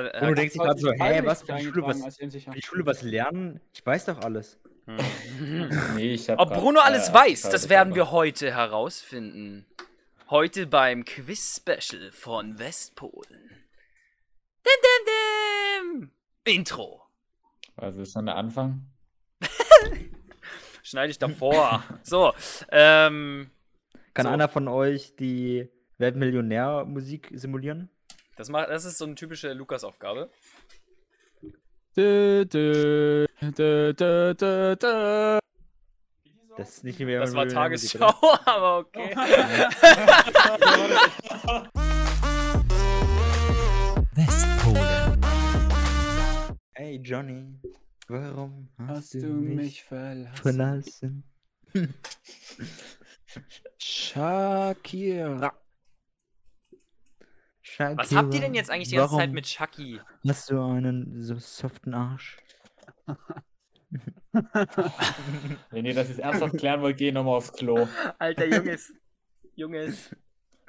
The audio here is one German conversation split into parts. Äh, Und du denkst dir gerade so, hä, was für die Schule, was, für die was? Schule was lernen? Ich weiß doch alles. Hm. Nee, ich hab hm. Ob grad- Bruno alles äh, weiß, grad- das werden wir heute herausfinden. Heute beim Quiz-Special von Westpolen. Dim, dim, dim! Intro. Also ist schon der Anfang. Schneide ich davor. so, ähm, Kann So. einer von euch die Weltmillionär-Musik simulieren? das, macht, das ist so eine typische Lukas-Aufgabe. Dö, dö, dö, dö, dö, dö. Das ist nicht mehr Das war Millionär-Musik, Tagesschau, aber okay. Westpolen. oder? Hey Johnny, warum Hast du mich verlassen? verlassen? Shakira. Was habt ihr denn jetzt eigentlich die ganze Zeit mit Chucky? Hast du einen so soften Arsch? Wenn ihr das jetzt ernsthaft klären wollt, geh nochmal aufs Klo. Alter, Junges. Junges.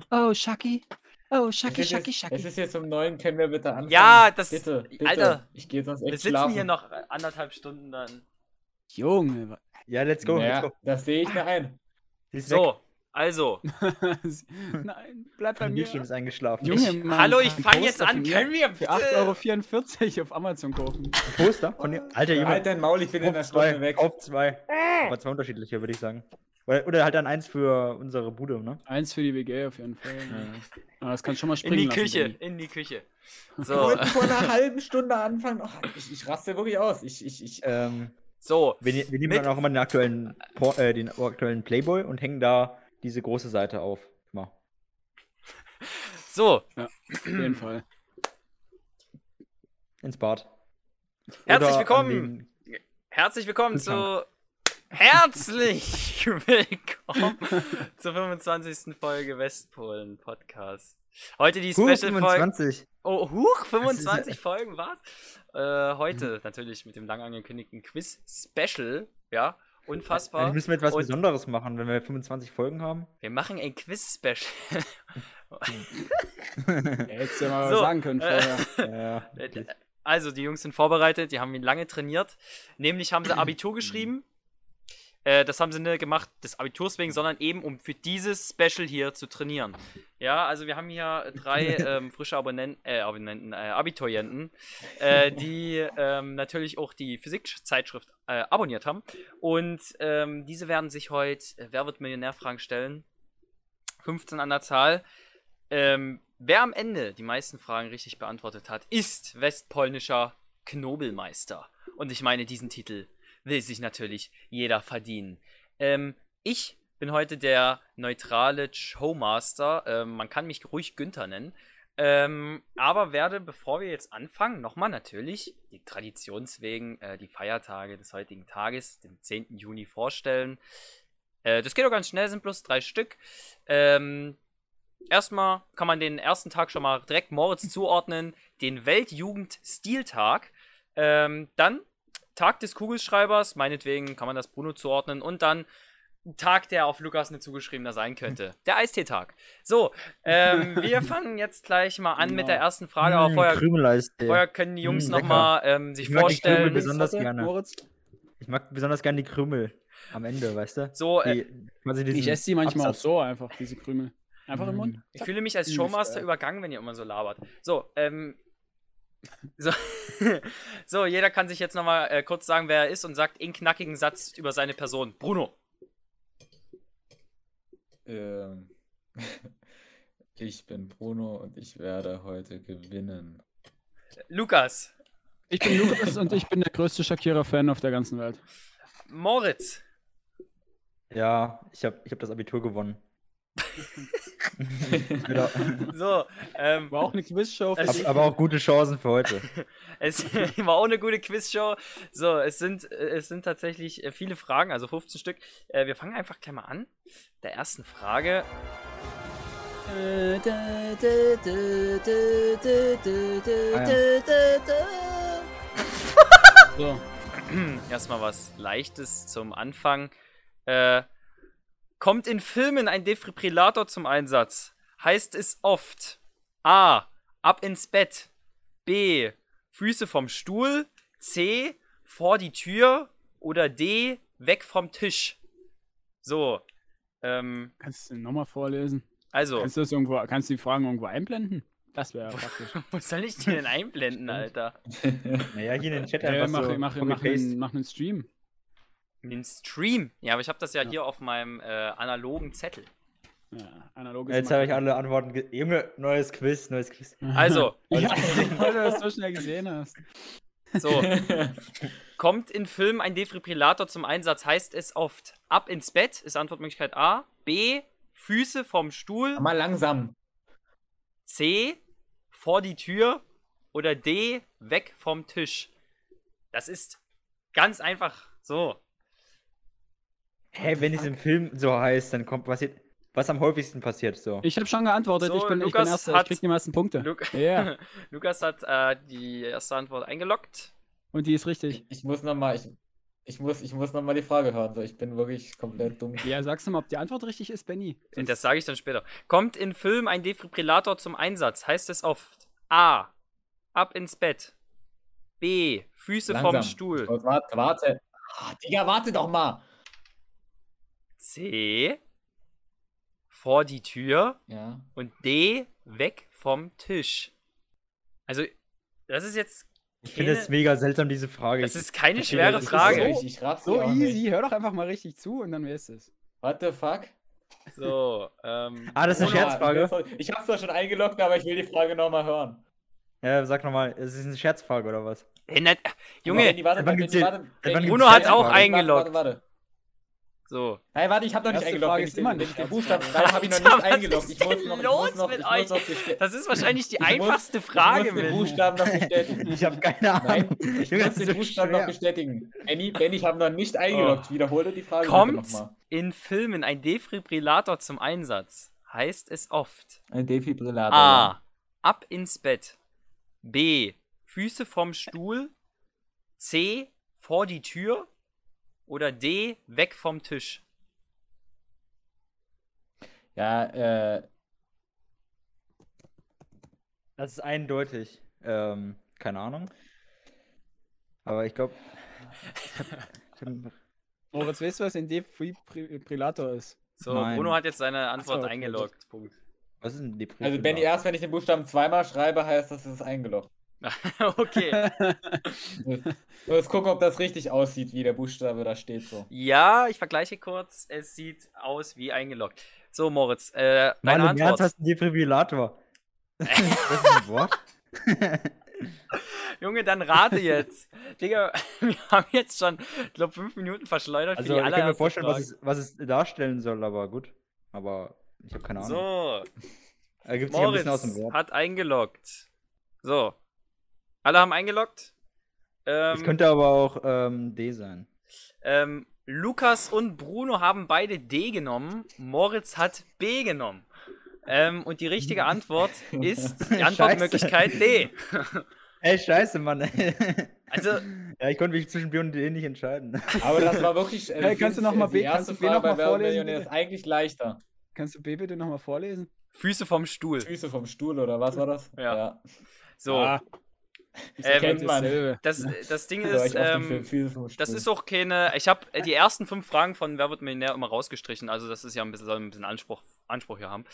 Oh, Shaki. Oh, Shaki, es, ist Shaki, jetzt, es Shaki. ist jetzt um neun, können wir bitte anfangen? Ja, das. Bitte, bitte. Alter, ich gehe sonst wir echt sitzen schlafen. hier noch anderthalb Stunden dann. Junge. wa- Ja, let's go, let's naja, go. Das sehe ich mir ein. Sie ist weg. So, also. Nein, bleib bei Bildschirm mir. ist eingeschlafen. Junge, Ich, Mann, hallo, ich ein fange jetzt Poster an. von mir Können wir bitte? Für 8,44 Euro auf Amazon kaufen. Ein Poster von dem. Alter, Junge. Halt dein Maul, ich bin in der Auf Stunde zwei, weg. auf zwei. Äh. Aber zwei unterschiedliche, würde ich sagen. Oder, oder halt dann eins für unsere Bude, ne? Eins für die WG auf jeden Fall. Aber das kann schon mal In springen die lassen, Küche, Benni. in die Küche. Wir So, wollten vor einer halben Stunde anfangen. Ach, ich, ich raste wirklich aus. Ich, ich, ich, ähm, so. Wir, ne- wir nehmen Mit- dann auch immer den aktuellen, Por äh, den aktuellen Playboy und hängen da diese große Seite auf. Mal. So, Auf jeden Fall. Ins Bad. Herzlich an willkommen. herzlich willkommen zu. Herzlich willkommen zur 25. Folge Westpolen Podcast. Heute die Den Huch, Special-Folge. 25. Oh, huch, ist ja- 25 Folgen war's. Äh, heute natürlich mit dem lang angekündigten Quiz-Special. Ja, Eigentlich unfassbar. müssen wir etwas Und- Besonderes machen, wenn wir 25 Folgen haben. Wir machen ein Quiz-Special. Ja, Hättest du ja mal So, was sagen können äh, vorher. ja, Äh, Also, die Jungs sind vorbereitet, die haben ihn lange trainiert. Nämlich haben sie Abitur geschrieben. Äh, das haben sie nicht gemacht des Abiturs wegen, sondern eben, um für dieses Special hier zu trainieren. Ja, also wir haben hier drei ähm, frische Abonnenten, äh, Abonnenten, äh, Abiturienten, äh, die ähm, natürlich auch die Physikzeitschrift äh, abonniert haben. Und ähm, diese werden sich heute äh, Wer wird Millionär-Fragen stellen. 15 an der Zahl. Ähm, wer am Ende die meisten Fragen richtig beantwortet hat, ist westpolnischer Knobelmeister. Und ich meine, diesen Titel will sich natürlich jeder verdienen. Ähm, ich bin heute der neutrale Showmaster. Ähm, man kann mich ruhig Günther nennen. Ähm, aber werde, bevor wir jetzt anfangen, nochmal natürlich die Traditionswegen, äh, die Feiertage des heutigen Tages, dem 10. Juni, vorstellen. Äh, das geht doch ganz schnell, sind bloß drei Stück. Ähm, erstmal kann man den ersten Tag schon mal direkt Moritz zuordnen, den Weltjugendstiltag. Ähm, dann Tag des Kugelschreibers, meinetwegen kann man das Bruno zuordnen. Und dann ein Tag, der auf Lukas nicht zugeschriebener sein Hm. könnte. Der Eisteetag. So, ähm, wir fangen jetzt gleich mal an mit der ersten Frage. Aber Mm, vorher, Krümelleiste. vorher können die Jungs Mm, noch lecker. nochmal ähm, sich Ich mag die Krümel vorstellen. besonders. gerne. Moritz, Ich mag besonders gerne die Krümel am Ende, weißt du? So, äh, Die, quasi ich diesen esse die manchmal Absatz. Mm. auch so einfach, diese Krümel. Einfach im Mund. Ich fühle mich als Übelst, Showmaster äh. übergangen, wenn ihr immer so labert. So, ähm. So, so jeder kann sich jetzt nochmal äh, kurz sagen, wer er ist und sagt in knackigen Satz über seine Person. Bruno. ähm, ich bin Bruno und ich werde heute gewinnen. Lukas. Ich bin Lukas und ich bin der größte Shakira-Fan auf der ganzen Welt. Moritz. Ja, ich habe ich hab das Abitur gewonnen. Wieder- So, ähm, War auch eine Quizshow. für Es- dich. hab, aber auch gute Chancen für heute. es war auch eine gute Quizshow. So, es sind, äh, es sind tatsächlich äh, viele Fragen, also 15 Stück. Äh, wir fangen einfach gleich mal an. mit Der ersten Frage. So. Erstmal was Leichtes zum Anfang. Äh, kommt in Filmen ein Defibrillator zum Einsatz? Heißt es oft A. Ab ins Bett. B. Füße vom Stuhl. C. Vor die Tür. Oder D. Weg vom Tisch. So. Ähm, Kannst du den nochmal vorlesen? also, Kannst du das irgendwo, kannst du die Fragen irgendwo einblenden? Das wäre praktisch. wo soll ich die denn einblenden, Alter? Naja, hier in den Chat Äh, einfach mach, so mach, mach, copy-paste. einen, mach einen Stream. In den Stream. Ja, aber ich habe das ja, Ja. hier auf meinem äh, analogen Zettel. Ja, analoges Jetzt habe ich Material. alle Antworten. ge- Junge, neues Quiz, neues Quiz. Also, ja, weil du das so schnell gesehen hast. so. Kommt in Filmen ein Defibrillator zum Einsatz, heißt es oft ab ins Bett, ist Antwortmöglichkeit A. B. Füße vom Stuhl. Mal langsam. C. Vor die Tür. Oder D. Weg vom Tisch. Das ist ganz einfach so. Hä, wenn es im Film so heißt, dann kommt passiert. Was am häufigsten passiert so. Ich habe schon geantwortet. So, ich bin, ich bin Lukas erster. Ich hat- krieg die meisten Punkte. Lu- Ja, Lukas hat äh, die erste Antwort eingeloggt. und die ist richtig. Ich muss nochmal, ich, ich muss, ich muss noch mal die Frage hören. So, ich bin wirklich komplett dumm. Ja, sagst du mal, ob die Antwort richtig ist, Benny? Sonst- Das sage ich dann später. Kommt in Filmen ein Defibrillator zum Einsatz, heißt es oft A. Ab ins Bett. B. Füße vom Stuhl. Ich wollt- Warte, warte. Ah, Digga, warte doch mal. C. Vor die Tür. Ja. Und D. Weg vom Tisch. Also, das ist jetzt. Ich finde keine- es mega seltsam, diese Frage. Das Ich- ist keine verstehe schwere das nicht. Frage. Ich, ich raff's so hier auch easy. Nicht. Hör doch einfach mal richtig zu und dann wär's es. What the fuck? So, ähm. ah, das ist eine Bruno, Scherzfrage. Ich hab's doch schon eingeloggt, aber ich will die Frage nochmal hören. Ja, sag nochmal, es ist eine Scherzfrage oder was? Hey, na, Benni, äh, Junge, warte, Wann gibt's Benni, den- warte, wann Benni, gibt's Bruno hat's auch warte, warte, eingeloggt. Warte, warte. so. Nein, warte, ich hab noch nicht Erste eingeloggt. Frage wenn ist ich den, immer wenn eine ich den Buchstaben Scherzfrage. schreibe, habe ich noch Alter, nicht was eingeloggt. ist Ich muss denn noch, ich los muss noch, mit ich muss noch bestellen. Das ist wahrscheinlich die Ich muss- einfachste Ich Frage, muss den Mensch. Buchstaben noch bestätigen. Ich habe keine Nein, Ahnung. Junge, ich muss das ist den so Buchstaben noch schwer. bestätigen. Benni, Benni, ich habe noch nicht eingeloggt. Oh. Wiederhole die Frage Kommt nochmal. in Filmen ein Defibrillator zum Einsatz, heißt es oft Ein Defibrillator. A. Ab ins Bett. B. Füße vom Stuhl. C. Vor die Tür. Oder D. Weg vom Tisch. Ja, äh, Das ist eindeutig. Ähm, keine Ahnung. Aber ich glaube. Moritz, weißt du, was ein Defibrillator ist? So, Nein. Bruno hat jetzt seine Antwort okay, eingeloggt. Punkt. Was ist denn die Prüfung? also genau. Benni, erst wenn ich den Buchstaben zweimal schreibe, heißt das, es ist eingeloggt. okay. Jetzt gucken, ob das richtig aussieht, wie der Buchstabe da steht so. Ja, ich vergleiche kurz. Es sieht aus wie eingeloggt. So, Moritz, äh, deine Mann, im Ernst Antwort. hast du einen Defibrillator. das ist ein Wort? Junge, dann rate jetzt. Digga, wir haben jetzt schon, ich glaube, fünf Minuten verschleudert Also, für ich die kann mir allererste vorstellen, was Frage. es, was es darstellen soll, aber gut. Aber ich habe keine Ahnung. So, Ergibt sich ein bisschen aus dem Moritz Wort. hat eingeloggt. So. Alle haben eingeloggt. Es Ähm, könnte aber auch ähm, D sein. ähm, Lukas und Bruno haben beide D genommen. Moritz hat B genommen. Ähm, und die richtige Antwort ist die Scheiße. Antwortmöglichkeit D. Ey, scheiße, Mann. Also, ja, ich konnte mich zwischen B und D nicht entscheiden. Aber das war wirklich. äh, Hey, kannst du noch mal die B- erste kannst du B Frage noch mal bei Wer wird vorlesen, Millionär ist eigentlich leichter. Kannst du B bitte nochmal vorlesen? Füße vom Stuhl. Füße vom Stuhl oder was war das? Ja. So. Ah, Ähm, kennt man. dasselbe. Das, das Ding Da war ist, ich oft im Film, ähm, Füße vom Stuhl. das ist auch keine. Ich habe die ersten fünf Fragen von Wer wird Millionär immer rausgestrichen, also das ist ja ein bisschen, soll ein bisschen Anspruch, Anspruch hier haben.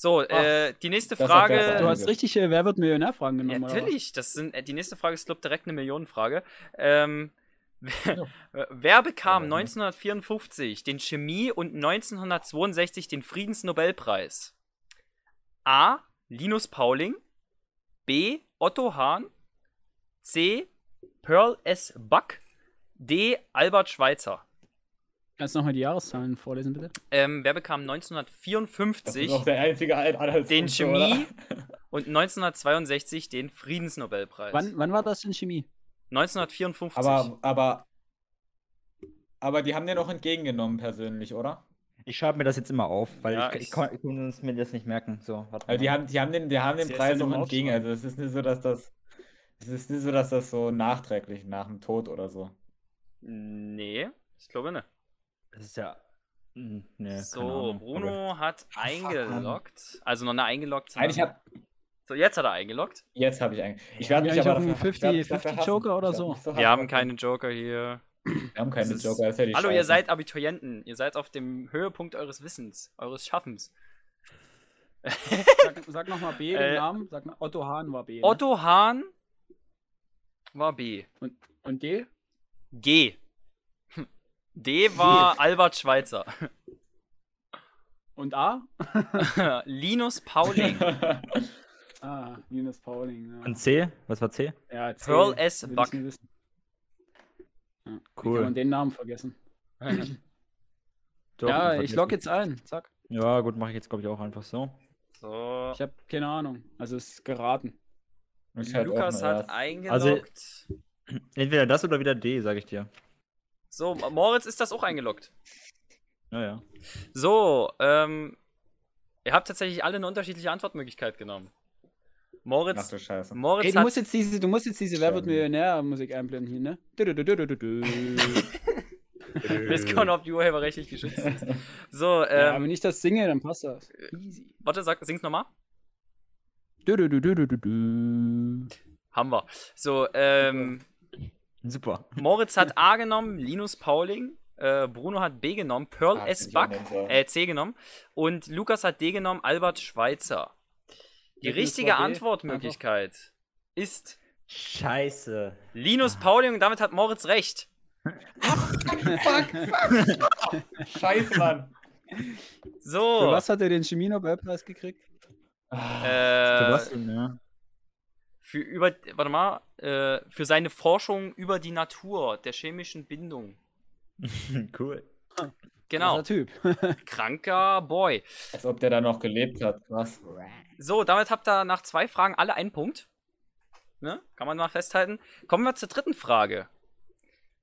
So, äh, die nächste das hat Du Frage. besser. hast richtig, äh, wer wird Millionär-Fragen Ja, genommen? oder was? natürlich, das sind, äh, die nächste Frage ist, glaube direkt eine Millionenfrage. Ähm, Ja. Wer bekam Warum nicht? 1954 den Chemie- und 1962 den Friedensnobelpreis? A. Linus Pauling. B. Otto Hahn. C. Pearl S. Buck. D. Albert Schweitzer. Kannst du nochmal die Jahreszahlen vorlesen, bitte? Ähm, wer bekam Das 1954 ist auch der einzige Anhaltspunkt, den oder? Chemie- und 1962 den Friedensnobelpreis? Wann, wann war das denn Chemie? 1954. Aber, aber, aber die haben den auch entgegengenommen persönlich, oder? Ich schreibe mir das jetzt immer auf, weil Ja, ich, ich, ich- kon- ich konnte uns mir das nicht merken. So, warte Also die mal. haben, die haben den, die haben den Sie Preis halt ist dann auch im entgegen. Aufschlag. Also es ist nicht so, dass das, es ist nicht so, dass das so nachträglich nach dem Tod oder so. Nee, ich glaube nicht. Das ist ja. Hm, Nee, keine so, Ahnung, aber- Bruno hat eingeloggt. Also noch eine eingeloggt. Nein, ich habe So, jetzt hat er eingeloggt. Jetzt habe ich eigentlich. Ich werde Ja, mich ich aber hab dafür- einen ich 50 werd mich dafür 50 hassen. Joker oder Ich werd so. mich Wir haben hassen. keine Joker hier. Wir haben keine Das ist- Joker. Das ist ja die Hallo, ihr Scheiße. seid Abiturienten. Ihr seid auf dem Höhepunkt eures Wissens, eures Schaffens. Sag, sag nochmal B, Äh, den Namen. Sag, noch- Otto Hahn war B. ne? Otto Hahn war B. Und D? G. D war Albert Schweitzer. Und A? Linus Pauling. Ah, Linus Pauling. Ja. Und C? Was war C? Ja, C, Pearl S. will ich Buck. nicht wissen. Ja, Wie Cool. kann man den Namen vergessen? Doch, ja, hab ich vergessen. log jetzt ein. Zack. Ja, gut, mache ich jetzt, glaube ich, auch einfach so. So. Ich habe keine Ahnung. Also es ist geraten. Ich halt auch Lukas mal hat erst. Also eingeloggt. Entweder das oder wieder D, sage ich dir. so, Moritz ist das auch eingeloggt. Naja. So, ähm, ihr habt tatsächlich alle eine unterschiedliche Antwortmöglichkeit genommen. Ach Moritz, du Scheiße. Moritz Ey, du hat musst jetzt diese, du musst jetzt diese Wer wird Schade. Millionär-Musik einblenden hier, ne? Dö, dö, dö, dö, dö, dö. bis kommen, ob die urheberrechtlich geschützt ist. So, ja, wenn ähm, ich das singe, dann passt das. Easy. warte, sag, sing's nochmal. Dö, dö, dö, dö, dö, dö, dö. Haben wir. So, ähm, Super. Moritz hat A genommen, Linus Pauling, äh, Bruno hat B genommen, Pearl Ah, hätte S. ich auch Buck, nehmen sollen. äh, C genommen und Lukas hat D genommen, Albert Schweitzer. Die Linus richtige war B, Antwortmöglichkeit ist Scheiße. Linus Pauling und damit hat Moritz recht. Fuck, fuck. Scheiße, Mann. So. Für was hat er den Chemie-Nobelpreis gekriegt? Für Äh, was denn, ja? für über, warte mal, äh, für seine Forschung über die Natur der chemischen Bindung. cool. Genau, Krasser Typ. kranker Boy. Als ob der da noch gelebt hat. Krass. So, damit habt ihr nach zwei Fragen alle einen Punkt. Ne? Kann man mal festhalten. Kommen wir zur dritten Frage.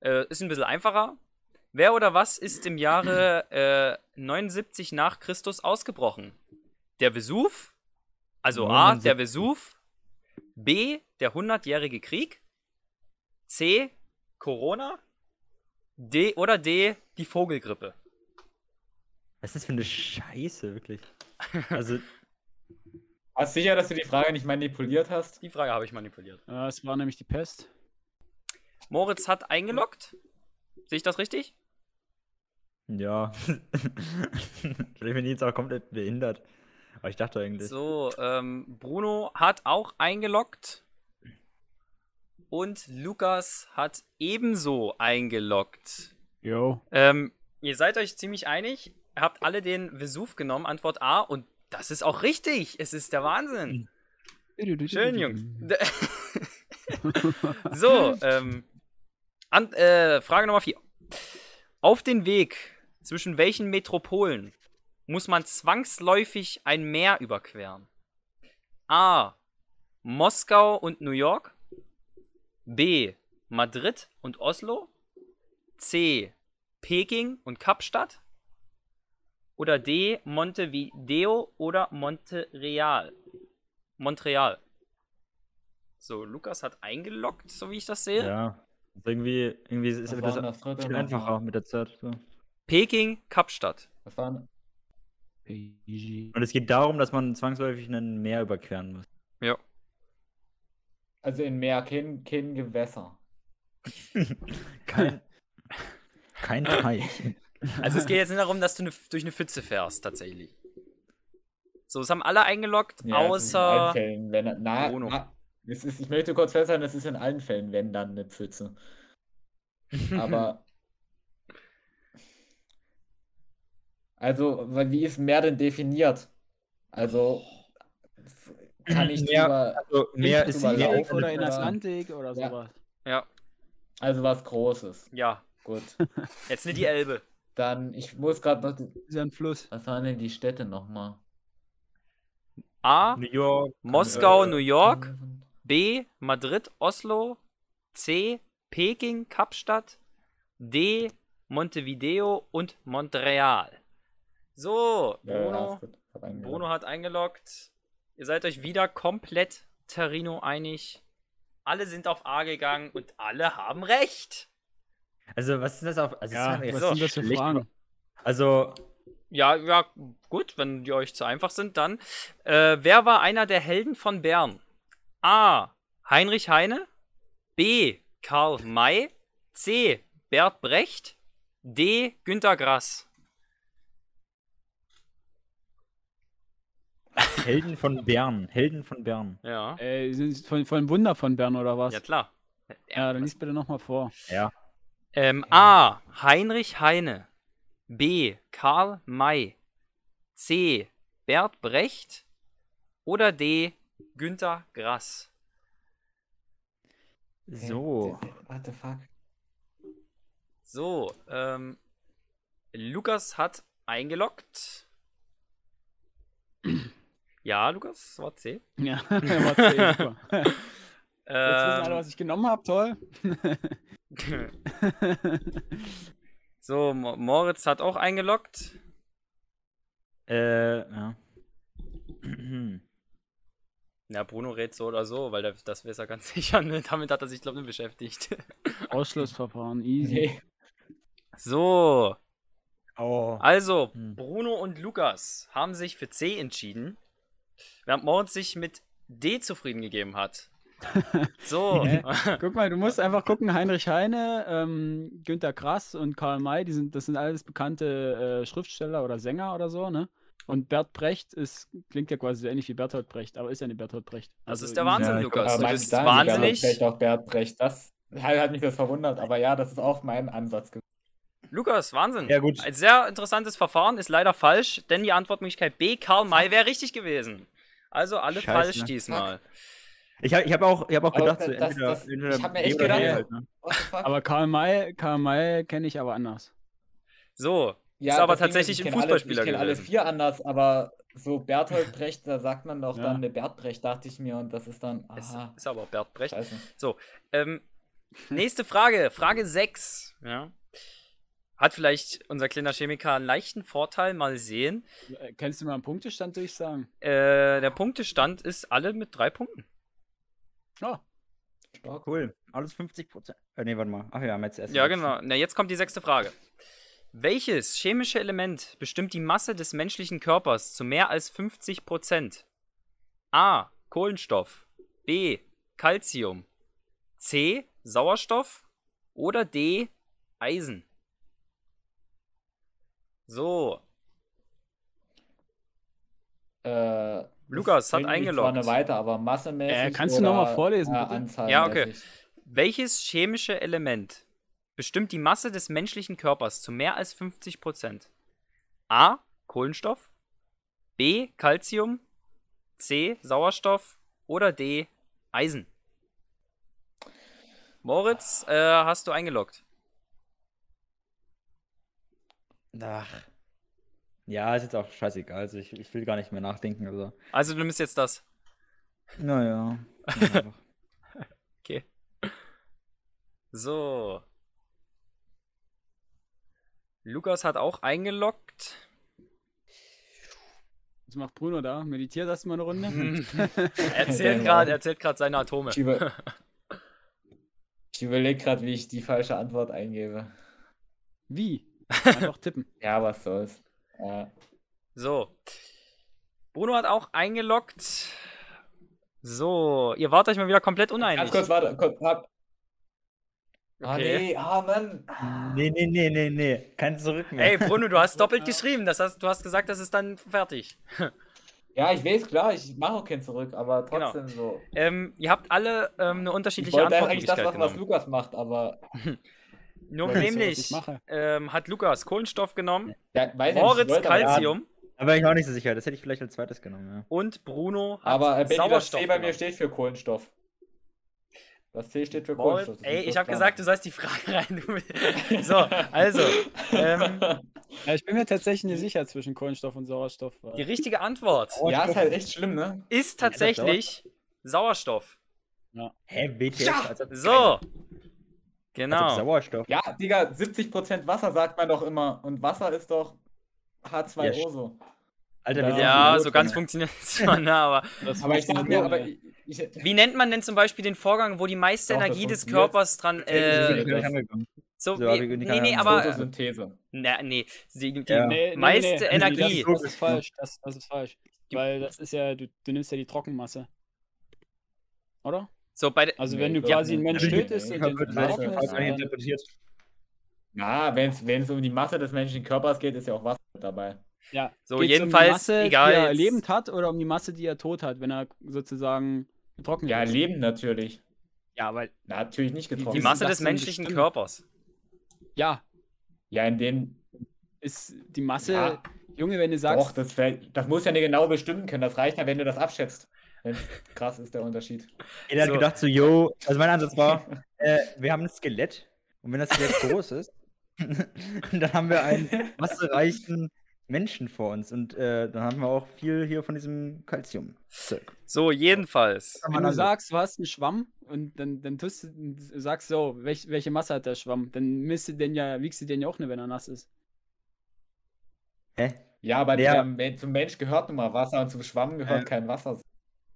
Äh, ist ein bisschen einfacher. Wer oder was ist im Jahre äh, 79 nach Christus ausgebrochen? Der Vesuv, also A, der 79. Vesuv, B, der 100-jährige Krieg, C, Corona, D oder D, die Vogelgrippe. Was ist das für eine Scheiße, wirklich? Also, Hast du sicher, dass du die Frage nicht manipuliert hast? Die Frage habe ich manipuliert. Äh, es war nämlich die Pest. Moritz hat eingeloggt. Sehe ich das richtig? ja. Vielleicht bin ich jetzt auch komplett behindert. Aber ich dachte eigentlich. So, ähm, Bruno hat auch eingeloggt. Und Lukas hat ebenso eingeloggt. Jo. Ähm, ihr seid euch ziemlich einig. Ihr habt alle den Vesuv genommen, Antwort A. Und das ist auch richtig. Es ist der Wahnsinn. Schön, Jungs. D- so, ähm, an, äh, Frage Nummer 4. Auf den Weg zwischen welchen Metropolen muss man zwangsläufig ein Meer überqueren? A. Moskau und New York. B. Madrid und Oslo. C. Peking und Kapstadt. Oder D. Montevideo oder Montreal. Montreal. So, Lukas hat eingeloggt, so wie ich das sehe. Ja. Also Irgendwie, irgendwie ist Was wird war das denn das dritte viel nochmal? einfacher mit der Zeit. So. Peking, Kapstadt. Was war denn? Easy. Und es geht darum, dass man zwangsläufig ein Meer überqueren muss. Ja. Also in Meer, kein, kein Gewässer. Kein, kein Teich. Also es geht jetzt nicht darum, dass du ne, durch eine Pfütze fährst, tatsächlich. So, es haben alle eingeloggt, Ja, es ist in allen außer. Fällen, wenn, na, Bruno. na, es ist, ich möchte kurz festhalten, es ist in allen Fällen, wenn dann eine Pfütze. Aber. Mhm. also, weil wie ist Meer denn definiert? Also. Kann ich Ja, drüber, Also, Meer ist drüber die laufen. Oder in Ja. Atlantik oder Ja. sowas. Ja, also was Großes. ja. Gut. Jetzt nicht die Elbe. Dann, ich muss gerade noch. die- Ist ja ein Fluss. Was waren denn die Städte nochmal? A. New York. Moskau, New York. B. Madrid, Oslo. C. Peking, Kapstadt. D. Montevideo und Montreal. So, Ja, ja, Bruno, ist gut. Hab einen Bruno hat eingeloggt. Ihr seid euch wieder komplett Terrino einig. Alle sind auf A gegangen und alle haben recht. Also, was ist das auf. Also, Ja, das ist was so sind das für schlecht. Fragen? Also, Ja, ja, gut, wenn die euch zu einfach sind, dann. Äh, wer war einer der Helden von Bern? A. Heinrich Heine. B. Karl May. C. Bert Brecht. D. Günter Grass. Helden von Bern. Helden von Bern. Ja. Äh, sind es von, von Wunder von Bern oder was? Ja, klar. Ja, dann lies bitte nochmal vor. Ja. Ähm, A. Heinrich Heine. B. Karl May. C. Bert Brecht. Oder D. Günter Grass. So. Warte, fuck. So, ähm, Lukas hat eingeloggt. Ja, Lukas, war C. Ja, war zehn, super. Jetzt wissen alle, Ähm, was ich genommen habe, toll. so, Mo- Moritz hat auch eingeloggt. Äh, ja. Ja, Bruno rät so oder so, weil der, das weiß er ganz sicher. Ne? Damit hat er sich, glaube ich, nicht beschäftigt. Ausschlussverfahren, Hm. easy. Nee. So, oh. also, Hm. Bruno und Lukas haben sich für C entschieden, während Moritz sich mit D zufrieden gegeben hat. So, Hä? Guck mal, du musst einfach gucken, Heinrich Heine, ähm, Günter Grass und Karl May, die sind, das sind alles bekannte äh, Schriftsteller oder Sänger oder so, ne? Und Bert Brecht ist, klingt ja quasi so ähnlich wie Bertolt Brecht, aber ist ja nicht Bertolt Brecht. das Also ist der easy. Wahnsinn, ja, ich Lukas. Aber Du meinst bist du da nicht Bert wahnsinnig. Brecht auf Bert Brecht? Das hat mich das verwundert, aber ja, das ist auch mein Ansatz. gewesen. Lukas, Wahnsinn. Ja, gut. Ein sehr interessantes Verfahren ist leider falsch, denn die Antwortmöglichkeit B, Karl May, wäre richtig gewesen. Also alle Scheiße, falsch ne? diesmal. Ich habe ich hab auch, ich hab auch Aber gedacht, so das- das- entweder, entweder das- ich hab mir B echt oder gedacht, D ja. halt, ne? What the fuck? Aber Karl May, Karl May kenne ich aber anders. So, ist aber das Ding tatsächlich ich ein kenn alle- Fußballspieler Ich kenne alle gewesen. vier anders, aber so Bertolt Brecht, da sagt man doch Ja. dann eine Bert Brecht, dachte ich mir, und das ist dann. es Aha, ist aber auch Bert Brecht. scheiße. Ähm, nächste Frage, Frage 6. Ja. Hat vielleicht unser kleiner Chemiker einen leichten Vorteil, mal sehen. Äh, Kannst du mal einen Punktestand durchsagen? Äh, der Punktestand ist alle mit drei Punkten. Ja, Stark. Cool. Alles 50 Prozent. Äh, nee, warte mal. Ach ja, haben wir jetzt erst. Ja, genau. Na, jetzt kommt die sechste Frage. Welches chemische Element bestimmt die Masse des menschlichen Körpers zu mehr als 50 Prozent? A. Kohlenstoff. B. Calcium. C. Sauerstoff. Oder D. Eisen. So, Äh, das Lukas hat bringt mich zwar eingeloggt. eine weiter, aber massemäßig. Äh, kannst du oder, noch mal vorlesen, Äh, bitte? Anzahl Ja, okay. Welches chemische Element bestimmt die Masse des menschlichen Körpers zu mehr als 50%? A. Kohlenstoff. B. Calcium. C. Sauerstoff. Oder D. Eisen. Moritz, äh, hast du eingeloggt? Ach. Ja, ist jetzt auch scheißegal. Also ich, ich will gar nicht mehr nachdenken. Also. Also du nimmst jetzt das. Naja. einfach. So. Lukas hat auch eingeloggt. was macht Bruno da? Meditiert erstmal eine Runde? erzählt gerade erzählt grad seine Atome. Ich, über ich überlege gerade, wie ich die falsche Antwort eingebe. Wie? Einfach tippen. Ja, was soll's. Äh, So. Bruno hat auch eingeloggt. So, ihr wart euch mal wieder komplett uneinig. ganz kurz, warte. Kurz, hab... Ah, Okay. nee, ah, Mann. Nee, nee, nee, nee, nee. Kein Zurück mehr. Ey, Bruno, du hast doppelt geschrieben. Das hast, du hast gesagt, das ist dann fertig. Ja, ich weiß, klar, ich mache auch kein Zurück, aber Genau. trotzdem so. Ähm, ihr habt alle ähm, eine Ich unterschiedliche wollte eigentlich das Antwortmöglichkeit genommen. machen, was Lukas macht, aber Nur wollte so, was nämlich ich mache. ähm, hat Lukas Kohlenstoff genommen, ja, weiß ich nicht, ich Moritz wollte aber- Calcium Da war ich mir auch nicht so sicher. Das hätte ich vielleicht als zweites genommen. Ja. und Bruno hat Aber äh, Benny, das Sauerstoff C bei mir genommen. steht für Kohlenstoff. Das C steht für Moritz, Kohlenstoff. das ey, ist ich doch habe klar. gesagt, du sollst die Frage rein. Du so, also, ähm, Ja, ich bin mir tatsächlich nicht sicher zwischen Kohlenstoff und Sauerstoff. die richtige Antwort Ja, ist halt echt schlimm, ne? ist tatsächlich Sauerstoff. Hä, BTS? Ja, als ob- So. Als ob Genau. Also Sauerstoff. Ja, Digga, 70% Wasser sagt man doch immer. Und Wasser ist doch Ja, H2O st- so. Alter, wir sind Ja, Ja, gut, so ganz ja. funktioniert es zwar, ne, aber. Aber ich dachte mir, aber ich, ich, Wie nennt man denn zum Beispiel den Vorgang, wo die meiste Doch, das Energie des funktioniert. Körpers dran. Ja, wir sind Äh, nicht gleich angekommen. So, So nee, hab ich- keine nee, nee, Ahnung. aber. äh, Photosynthese. Na, nee, die, die Ja. Nee, nee, meiste nee, nee, Energie. Das, das ist falsch. Das, das ist falsch. Die- Weil das ist ja, du, du nimmst ja die Trockenmasse. Oder? so bei der- Also Nee, wenn du ich glaub quasi ein nicht. Mensch Ja, Natürlich, tötest und Körper den wird Nein, leicht trocken das ist, ist falsch dann, interpretiert. Na, wenn es um die Masse des menschlichen Körpers geht, ist ja auch Wasser mit dabei. ja. So, Geht's jedenfalls, um die Masse, egal, die er jetzt- lebend hat oder um die Masse, die er tot hat, wenn er sozusagen getrocknet Ja, ist. Leben natürlich. Ja, weil Na, natürlich nicht Die- die getroffen. die Masse das des denn menschlichen bestimmt? Körpers. ja, ja, in dem. ist die Masse, Ja, Junge, wenn du doch, sagst, das, fällt- das muss ja nicht genau bestimmen können. Das reicht ja, wenn du das abschätzt. Wenn's krass ist der Unterschied. Jeder hat So. gedacht so, yo, also mein Ansatz war, äh, wir haben ein Skelett und wenn das Skelett groß ist, dann haben wir einen massereichen Menschen vor uns und äh, dann haben wir auch viel hier von diesem Calcium. So, jedenfalls. wenn du sagst, du hast einen Schwamm und dann, dann tust du, du sagst so, welch, welche Masse hat der Schwamm, dann misst du den ja, wiegst du den ja auch nicht, wenn er nass ist. Hä? Ja, aber Ja. der Men- zum Mensch gehört nun mal Wasser und zum Schwamm gehört kein Wasser.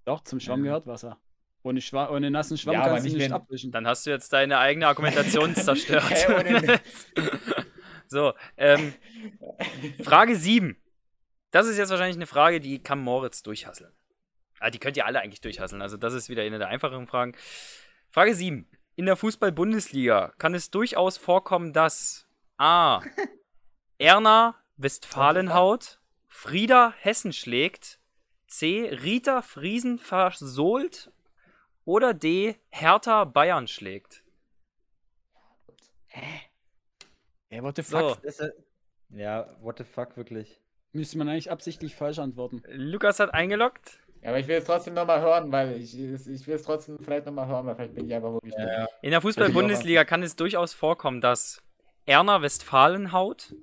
Doch, zum Schwamm Ja. gehört Wasser. Ohne, Schwa ohne nassen Schwamm Ja, aber kannst du nicht, nicht wenn- abwischen. Dann hast du jetzt deine eigene Argumentation zerstört. Hä, ohne- so, ähm, Frage 7. Das ist jetzt wahrscheinlich eine Frage, die kann Moritz durchhasseln. Ah, die könnt ihr alle eigentlich durchhasseln. Also, das ist wieder eine der einfacheren Fragen. Frage 7. In der Fußball-Bundesliga kann es durchaus vorkommen, dass A. Erna Westfalenhaut, Frieda Hessen schlägt, C. Rita Friesen versohlt oder D. Hertha Bayern schlägt. Ey, what the So, Das ist, äh, ja, what the fuck, wirklich. Müsste man eigentlich absichtlich falsch antworten. Lukas hat eingeloggt. Ja, aber ich will es trotzdem nochmal hören, weil ich, ich will es trotzdem vielleicht nochmal hören, weil vielleicht bin ich einfach wirklich. Ja, In der Fußball-Bundesliga kann es durchaus vorkommen, dass Erna Westfalenhaut,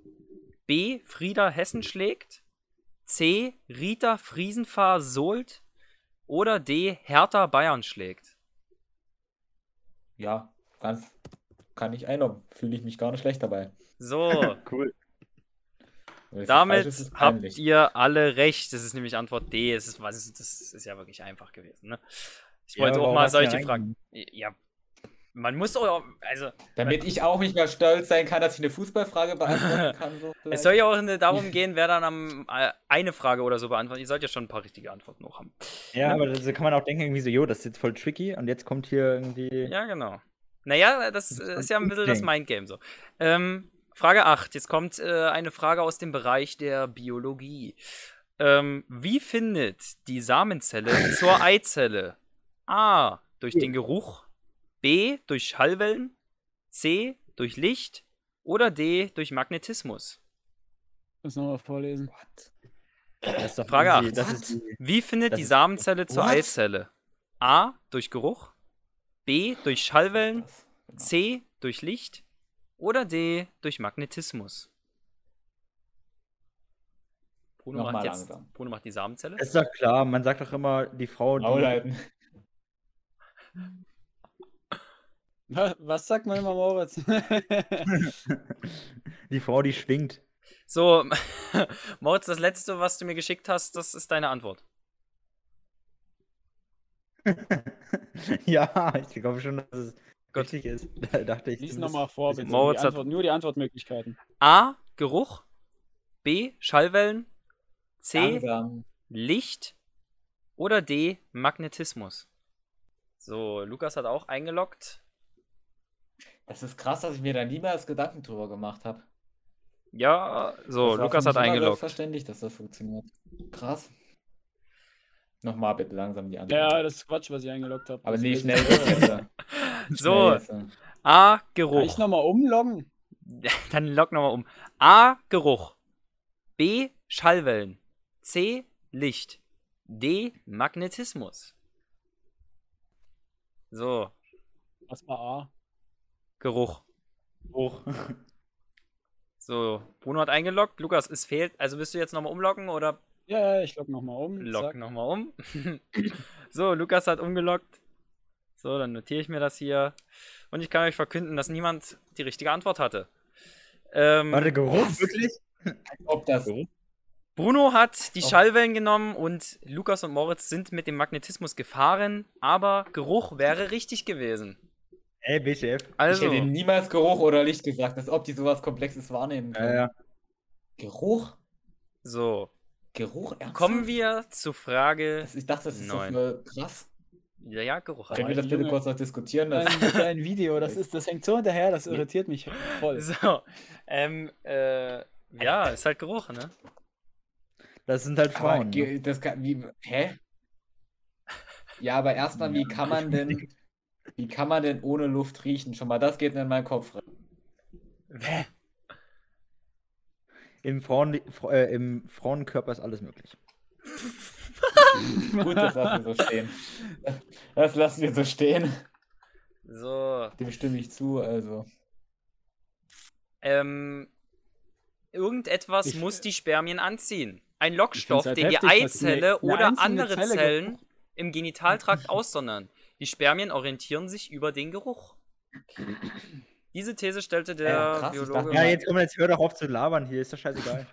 B. Frieda Hessen schlägt, C. Rita Friesenfahr sohlt oder D. Hertha Bayern schlägt. ja ganz. Kann ich einloggen. Fühle ich mich gar nicht schlecht dabei. So, Cool. Wenn es falsch damit ist, ist es peinlich. habt ihr alle recht. Das ist nämlich Antwort D. Es ist, was ist, das ist ja wirklich einfach gewesen. Ne? Ich wollte auch mal solche Fragen. Ja, man muss auch, also Damit ich auch nicht mehr stolz sein kann, dass ich eine Fußballfrage beantworten kann. So Es vielleicht. soll ja auch nicht darum gehen, wer dann am äh, eine Frage oder so beantwortet. Ihr sollt ja schon ein paar richtige Antworten noch haben. Ja, aber da kann man auch denken, irgendwie so, yo, das ist jetzt voll tricky und jetzt kommt hier irgendwie. Ja, genau. Naja, das äh, ist ja ein bisschen das Ding. Mindgame so. Ähm, Frage 8. Jetzt kommt äh, eine Frage aus dem Bereich der Biologie. Ähm, wie findet die Samenzelle zur Eizelle? A. Durch den Geruch. B. Durch Schallwellen. C. Durch Licht. Oder D. Durch Magnetismus. Muss nochmal vorlesen. Das ist doch Frage irgendwie- acht. Das ist die- Wie findet Das die ist- Samenzelle zur What? Eizelle? A. Durch Geruch. B. Durch Schallwellen. Das- C. Durch Licht. Oder D. Durch Magnetismus. Bruno Nochmal macht, jetzt, langsam. Bruno macht die Samenzelle. das ist doch klar, man sagt doch immer, die Frau. Maul Die, halten. Wa- Was sagt man immer, Moritz? die Frau, die schwingt. So, Moritz, das letzte, was du mir geschickt hast, das ist deine Antwort. ja, ich glaube schon, dass es Gut. richtig ist. Da dachte ich. Lies zumindest. nochmal vor, bitte. bisschen- Die Moritz hat- Antwort, nur die Antwortmöglichkeiten. A. Geruch. B. Schallwellen. C. Langsam. Licht oder D, Magnetismus. So, Lukas hat auch eingeloggt. Das ist krass, dass ich mir da niemals Gedanken drüber gemacht habe. Ja, so, Das war Lukas für hat mich immer eingeloggt. Selbstverständlich, dass das funktioniert. Krass. Nochmal bitte langsam die Antwort. Ja, das ist Quatsch, was ich eingeloggt habe. Aber nee, schnell. bitte. So. Schnell jetzt. A, Kann ich Geruch. nochmal umloggen? Dann log nochmal um. A, Geruch. B, Schallwellen. C, Licht. D, Magnetismus. So, Erstmal A. Geruch. Hoch. So, Bruno hat eingeloggt. Lukas, es fehlt. Also willst du jetzt nochmal umloggen oder Ja, ja, ich logge nochmal um. Lock Zack. nochmal um. so, Lukas hat umgelockt. So, dann notiere ich mir das hier. Und ich kann euch verkünden, dass niemand die richtige Antwort hatte. Ähm, Warte, Geruch? Wirklich? Ob das. Bruno hat die Oh. Schallwellen genommen und Lukas und Moritz sind mit dem Magnetismus gefahren, aber Geruch wäre richtig gewesen. Ey, BTF. Ich hätte Also, niemals Geruch oder Licht gesagt, als ob die sowas Komplexes wahrnehmen Ja, können. Äh. ja. Geruch? so. Geruch? Ernsthaft? Kommen wir zu Frage. Das- Ich dachte, das ist Nein. so für krass. Ja, ja, Geruch. Können wir das bitte Junge. kurz noch diskutieren? Das Dein, dein Video, das, ist, das hängt so hinterher, das irritiert mich voll. So. Ähm, äh, ja, ist halt Geruch, ne? Das sind halt Aber Frauen. Ne? ge- das kann, wie, hä? Ja, aber erstmal, wie kann man denn, wie kann man denn ohne Luft riechen? Schon mal, das geht mir in meinen Kopf rein. Im, Frauen, Fra- äh, Im Frauenkörper ist alles möglich. Gut, das lassen wir so stehen. Das lassen wir so stehen. So. Dem stimme ich zu, also. Ähm, irgendetwas Ich- muss die Spermien anziehen. Ein Ich Lockstoff, find's den halt die heftig, dass eine- Eizelle eine oder einzelne andere Zelle ge- Zellen im Genitaltrakt aussondern. Die Spermien orientieren sich über den Geruch. Diese These stellte der Ja, krass, ich Biologe. dachte- Ja, jetzt komm, jetzt hör doch auf zu labern hier, ist doch scheißegal.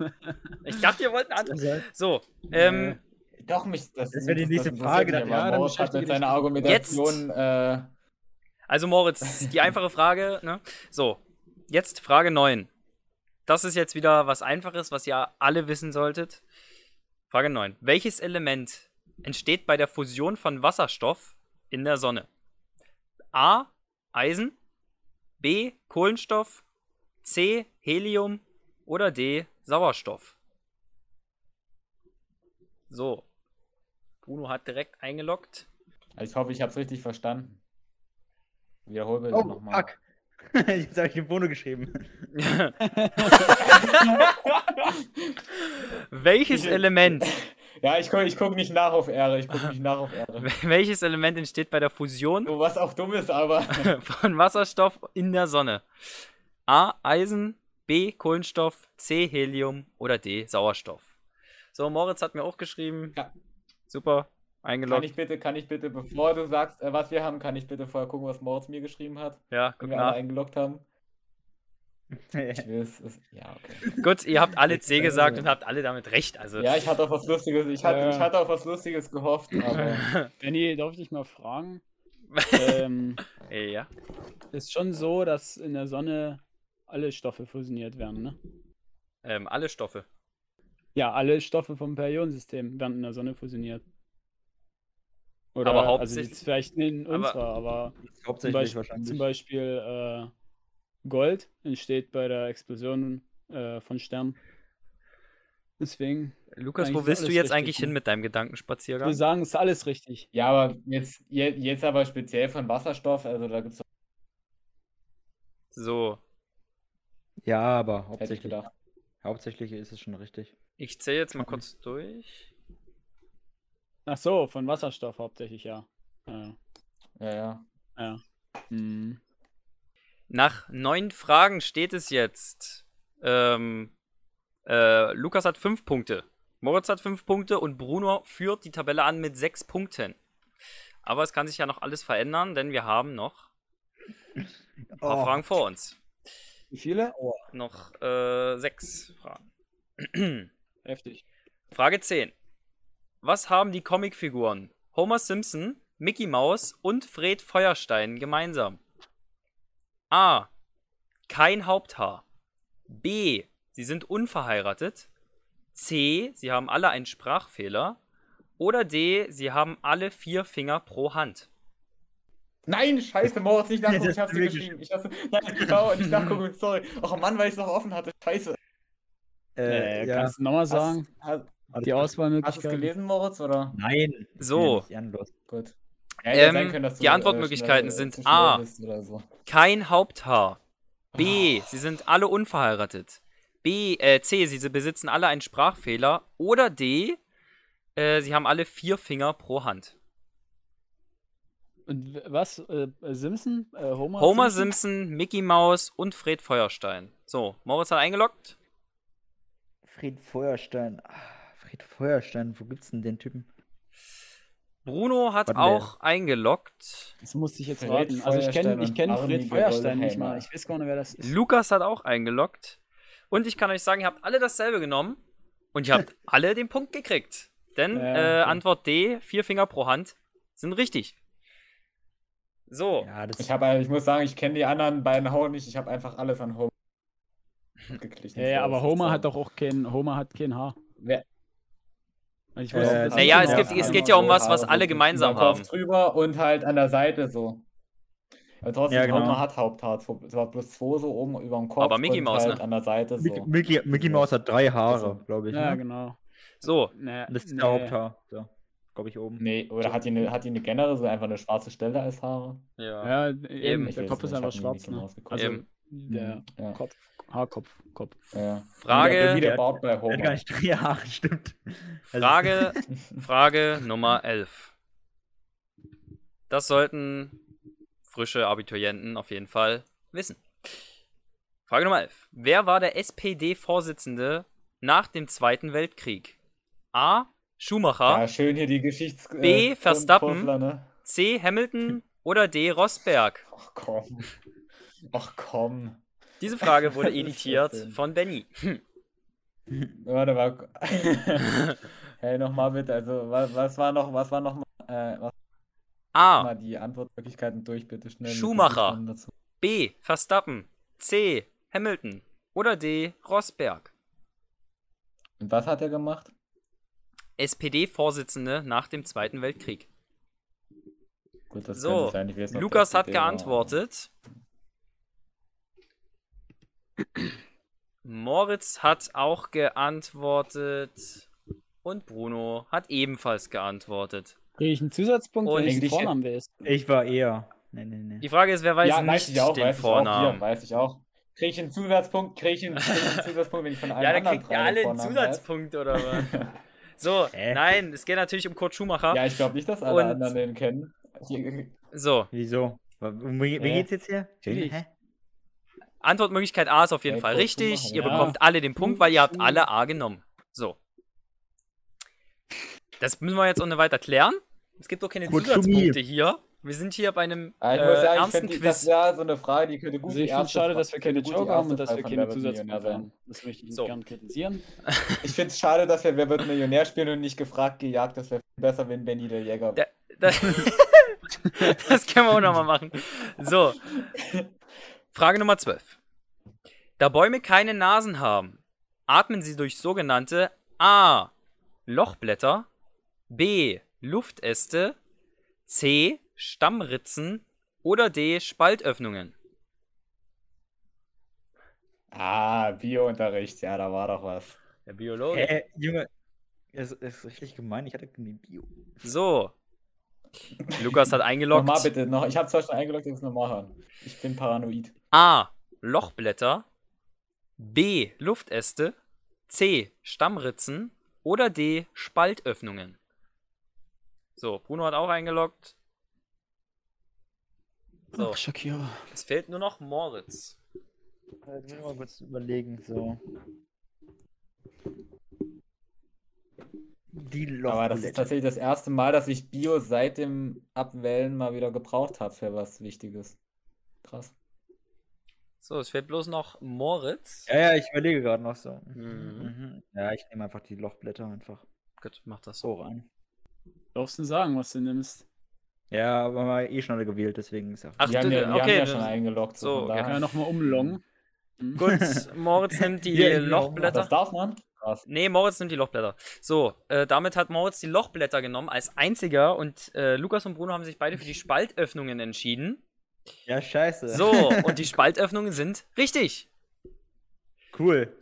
ich dachte, ihr wollt eine andere. Also, So, ähm, Doch, mich. Das, Das wäre die das nächste interessiert Frage, mich dann- aber. ja, dann Moritz hat beschäftige mit seiner dich- Argumentation. Äh, also Moritz, die einfache Frage, ne? So, jetzt Frage 9. Das ist jetzt wieder was Einfaches, was ihr alle wissen solltet. Frage 9. Welches Element entsteht bei der Fusion von Wasserstoff in der Sonne? A. Eisen. B. Kohlenstoff. C. Helium. Oder D. Sauerstoff. So. Bruno hat direkt eingeloggt. also ich hoffe, ich habe es richtig verstanden. Wiederhol bitte oh, nochmal. fuck. jetzt habe ich den Bono geschrieben. Welches Element Ja, ich gucke ich guck nicht nach auf Ehre. Ich gucke nicht nach auf Ehre. Welches Element entsteht bei der Fusion So was auch dumm ist, aber. von Wasserstoff in der Sonne? A. Eisen, B. Kohlenstoff, C. Helium oder D. Sauerstoff. So, Moritz hat mir auch geschrieben. Ja. Super, Kann eingeloggt. ich bitte, kann ich bitte, bevor du sagst, äh, was wir haben, kann ich bitte vorher gucken, was Moritz mir geschrieben hat, Ja, guck wenn wir alle nach. eingeloggt haben? ja, Ich will es, es ja, okay. Gut, ihr habt alle C gesagt und habt alle damit recht. Also, Ja, ich hatte auf was Lustiges, ich hatte, ich Ja. hatte auf was Lustiges gehofft, aber Benni, darf ich dich mal fragen? ähm, ja. ist schon so, dass in der Sonne alle Stoffe fusioniert werden, ne? Ähm, alle Stoffe. Ja, alle Stoffe vom Periodensystem werden in der Sonne fusioniert. Oder Aber also hauptsächlich- jetzt vielleicht in aber- unserer, aber, zum, hauptsächlich Beispiel, wahrscheinlich. zum Beispiel äh, Gold entsteht bei der Explosion äh, von Sternen. Deswegen, Lukas, Eigentlich wo ist willst du alles jetzt richtig, eigentlich hin ne? mit deinem wir Gedankenspaziergang? sagen, ist alles richtig. ja, aber jetzt, je- jetzt aber speziell von Wasserstoff, also da gibt's So, Ja, aber hätte ich hauptsächlich, gedacht. hauptsächlich ist es schon richtig. ich zähle jetzt mal kurz durch. Ach so, von Wasserstoff hauptsächlich, ja. Ja. Ja, ja. Mhm. Hm. Nach neun Fragen steht es jetzt. Ähm, äh, Lukas hat fünf Punkte. Moritz hat fünf Punkte und Bruno führt die Tabelle an mit sechs Punkten. Aber es kann sich ja noch alles verändern, denn wir haben noch ein paar Oh. Fragen vor uns. Wie viele? Oh, Noch äh, sechs Fragen. heftig. Frage 10. Was haben die Comicfiguren Homer Simpson, Mickey Mouse und Fred Feuerstein gemeinsam? A. Kein Haupthaar. B. Sie sind unverheiratet. C. Sie haben alle einen Sprachfehler. Oder D. Sie haben alle vier Finger pro Hand. Nein, scheiße, Moritz, nicht nachgucken, ich Das hab's dir ist geschrieben. Ich hab's, nein, genau, nicht nachgucken, sorry. Ach Mann, weil ich es noch offen hatte, scheiße. Äh, Äh, ja, Kannst du nochmal sagen? Hast, hast, alles klar. Die hast du es Auswahlmöglichkeiten. gelesen, Moritz, oder? Nein. So. Ja, nicht ehrenlos. Gut. Ja, hätte ja Ähm, sein können, dass die Antwortmöglichkeiten schnell, sind zu schnell A. bist Oder so. Kein Haupthaar. B. Sie sind alle unverheiratet. B. Äh, C. Sie besitzen alle einen Sprachfehler. Oder D. Äh, sie haben alle vier Finger pro Hand. Und w- was? Äh, Simpson? Äh, Homer, Homer Simpson, Mickey Mouse und Fred Feuerstein. So, Moritz hat eingeloggt. Fred Feuerstein. Ah, Fred Feuerstein, wo gibt's denn den Typen? Bruno hat Warte mal. auch eingeloggt. Das musste ich jetzt Fred raten. Also ich kenne Feuerstein ich und kenn Armin Fred Feuerstein nicht Goldenheimer. mal. Ich weiß gar nicht, wer das ist. Lukas hat auch eingeloggt. Und ich kann euch sagen, ihr habt alle dasselbe genommen. Und ihr habt alle den Punkt gekriegt. Denn Ja, äh, okay. Antwort D, vier Finger pro Hand, sind richtig. So, Ja, das Ich, hab, ich muss sagen, ich kenne die anderen beiden Hau nicht. Ich habe einfach alles an Homer geklickt. Ja, ja, aber Homer hat doch auch kein, Homer hat kein Haar. Wer- Ich Äh, weiß, nicht, das naja, andere es, Haar gibt, hat. es geht ja um was, was alle gemeinsam Kopf haben. drüber und halt an der Seite so. Aber trotzdem, Ja, genau. Homer hat Haupthaar. Es war plus zwei so oben über dem Kopf. Aber Mickey und Mouse, halt ne? an der Seite Mickey, so. Mickey, Mickey Mouse hat drei Haare, glaube ich. Ja, ne? genau. So, Naja, Das ist nee. der Haupthaar. So, glaube ich oben. Nee, oder hat die, eine, hat die eine generell so einfach eine schwarze Stelle als Haare? ja. Ja, eben, Ich der weiß Kopf nicht, ist ich einfach hab nie schwarz, Mickey ne? Mouse geguckt. Mhm. Also Eben. der Ja. Kopf, Haarkopf, Kopf. Ja. Wie der, wie Frage, der Bart bei Er hat gar Homer. nicht drei Haare, stimmt. Also- Frage, Frage Nummer 11. Das sollten frische Abiturienten auf jeden Fall wissen. Frage Nummer 11. Wer war der SPD-Vorsitzende nach dem Zweiten Weltkrieg? A. Schumacher, Ja, schön hier die Geschichts... B. äh, Verstappen. Kursler, ne? C. Hamilton oder D. Rosberg? Ach komm. Ach komm. Diese Frage wurde Was ist das editiert denn? von Benny. Warte mal. hey, nochmal bitte. Also, was, was war noch, was war noch mal, äh, was war A. mal die Antwortmöglichkeiten durch, bitte schnell. mit Ah. Schumacher. den Buchstaben Dazu. B. Verstappen. C. Hamilton. Oder D. Rosberg. Und was hat er gemacht? SPD-Vorsitzende nach dem Zweiten Weltkrieg. Gut, das So, könnte sein. Ich weiß nicht, ob Lukas das hat die Idee war. geantwortet. Moritz hat auch geantwortet. Und Bruno hat ebenfalls geantwortet. Kriege ich einen Zusatzpunkt, Und wenn ich den eigentlich- Vornamen weiß? Ich war eher. Nee, nee, nee. Die Frage ist, wer weiß ja, nicht weiß ich auch, den weiß Ich auch, Vornamen? hier, weiß ich auch. Kriege ich einen Zusatzpunkt? Kriege ich einen, krieg ich einen Zusatzpunkt, wenn ich von allen ja, dann anderen kriegt drei ihr alle einen Vornamen weiß? Zusatzpunkt oder was? So, Hä? nein, es geht natürlich um Kurt Schumacher. Ja, ich glaube nicht, dass alle Und- Äh, anderen den kennen. Hier- So, Wieso? Wa- Um wie, wie Hä? geht's jetzt hier? Natürlich. Hä? Antwortmöglichkeit A ist auf jeden Ey, Fall Kurt richtig. Schumacher, Ihr ja. bekommt alle den Punkt, weil ihr habt alle A genommen. So. Das müssen wir jetzt ohne weiter klären. Es gibt doch keine Kurt Zusatzpunkte hier. Wir sind hier bei einem Ah, ich äh, muss sagen, ich ernsten finde, das Quiz. wäre so eine Frage, die könnte gut Also ich finde es die erste schade, Frage- dass wir keine könnte gut die Joker haben und erste dass wir Frage von keine Wer wird Millionär Zusatzpunkte sein. haben. Das möchte ich So. so. gern kritisieren. Ich finde es schade, dass wir Wer wird Millionär spielen und nicht gefragt, gejagt. Das wäre besser, wenn Benny der Jäger Der- Das, das können wir auch nochmal machen. So. Frage Nummer 12. Da Bäume keine Nasen haben, atmen sie durch sogenannte A. Lochblätter, B. Luftäste, C. Stammritzen oder D. Spaltöffnungen. Ah, Biounterricht. Ja, da war doch was. Der Biologe. Hä, Äh, Junge. Das ist richtig gemein. Ich hatte nie Bio. So. Lukas hat Nochmal eingeloggt. bitte. Noch, ich habe zwar schon eingeloggt, ich muss nochmal hören. Ich bin paranoid. A. Lochblätter. B. Luftäste. C. Stammritzen. Oder D. Spaltöffnungen. So, Bruno hat auch eingeloggt. So, Ach, Shakira. es fehlt nur noch Moritz. Äh, Jetzt müssen wir mal kurz überlegen. So. Die Aber das ist Lochblätter. tatsächlich das erste Mal, dass ich Bio seit dem Abwählen mal wieder gebraucht habe für was Wichtiges. Krass. So, es fehlt bloß noch Moritz. Ja, ja, ich überlege gerade noch so. Mhm. Mhm. Ja, ich nehme einfach die Lochblätter einfach Gut, mach das so. so rein. Darfst du sagen, was du nimmst? Ja, aber mal eh schon alle gewählt, deswegen ist ja. Ach, die haben du, ja, die haben okay. ja schon das- eingeloggt. so, von okay. Ja, daher. nochmal umlongen. Hm. Gut, Moritz nimmt die Ja, ich will auch Ach, das Lochblätter. darf man? Krass. Nee, Moritz nimmt die Lochblätter. So, äh, damit hat Moritz die Lochblätter genommen als einziger und äh, Lukas und Bruno haben sich beide für die Spaltöffnungen entschieden. Ja, scheiße. So, und die Spaltöffnungen sind richtig. Cool.